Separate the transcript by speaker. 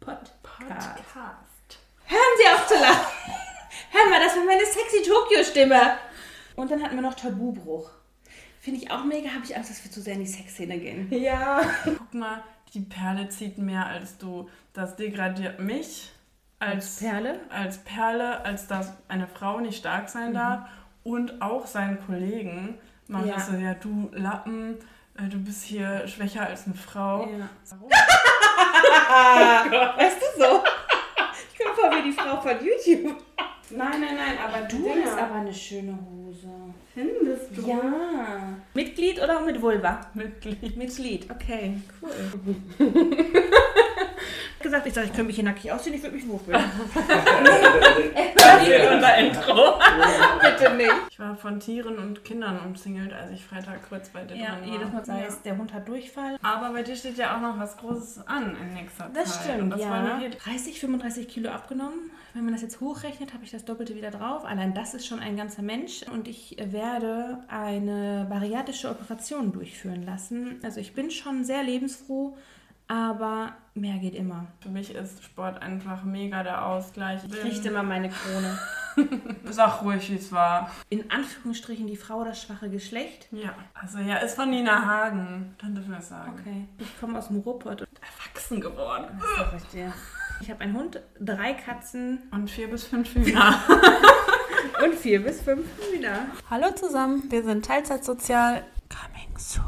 Speaker 1: Podcast.
Speaker 2: Podcast.
Speaker 1: Hören Sie auf zu lachen. Hör mal, das war meine sexy Tokio-Stimme. Und dann hatten wir noch Tabubruch. Finde ich auch mega, habe ich Angst, dass wir zu sehr in die Sexszene gehen.
Speaker 2: Ja.
Speaker 3: Guck mal, die Perle zieht mehr als du. Das degradiert mich als,
Speaker 1: Perle?
Speaker 3: als Perle, als dass eine Frau nicht stark
Speaker 1: Mhm.
Speaker 3: sein darf und auch seinen Kollegen macht
Speaker 1: Ja.
Speaker 3: das so, ja, du Lappen, äh, du bist hier schwächer als eine Frau.
Speaker 1: Ja.
Speaker 3: Warum?
Speaker 1: Weißt du so? Ich komme vor wie die Frau von YouTube.
Speaker 2: Nein, nein, nein, aber
Speaker 1: Du
Speaker 2: Dinger
Speaker 1: hast aber eine schöne Hose.
Speaker 2: findest du.
Speaker 1: Ja. Mitglied oder mit Vulva?
Speaker 3: Mitglied.
Speaker 1: Mitglied. Okay, cool. Ich hab gesagt, ich sage, ich könnte mich hier nackig ausziehen, ich würde mich wohlfühlen. Das ist unser Intro. Bitte nicht.
Speaker 3: Ich war von Tieren und Kindern umzingelt, als ich Freitag kurz bei dir
Speaker 1: Ja,
Speaker 3: dran war.
Speaker 1: jedes Mal
Speaker 3: Ja.
Speaker 1: heißt, der Hund hat Durchfall.
Speaker 3: Aber bei dir steht ja auch noch was Großes an in nächster
Speaker 1: Das
Speaker 3: Zeit.
Speaker 1: stimmt,
Speaker 3: Und das
Speaker 1: ja.
Speaker 3: wollen wir hier-
Speaker 1: 30, 35 Kilo abgenommen. Wenn man das jetzt hochrechnet, habe ich das Doppelte wieder drauf. Allein das ist schon ein ganzer Mensch. Und ich werde eine bariatische Operation durchführen lassen. Also ich bin schon sehr lebensfroh, aber mehr geht immer.
Speaker 3: Für mich ist Sport einfach mega der Ausgleich.
Speaker 1: Ich richte immer meine Krone.
Speaker 3: Sag ruhig, wie es war.
Speaker 1: In Anführungsstrichen die Frau, das schwache Geschlecht.
Speaker 3: Ja. Also ja, ist von Nina Hagen. Dann dürfen wir es sagen.
Speaker 1: Okay, ich komme aus dem Ruhrpott. Ah,
Speaker 3: Erwachsen geworden.
Speaker 1: Ich habe einen Hund, drei Katzen
Speaker 3: Und vier bis fünf Hühner.
Speaker 1: und vier bis fünf Hühner.
Speaker 2: Hallo zusammen, wir sind Teilzeitsozial. Coming soon.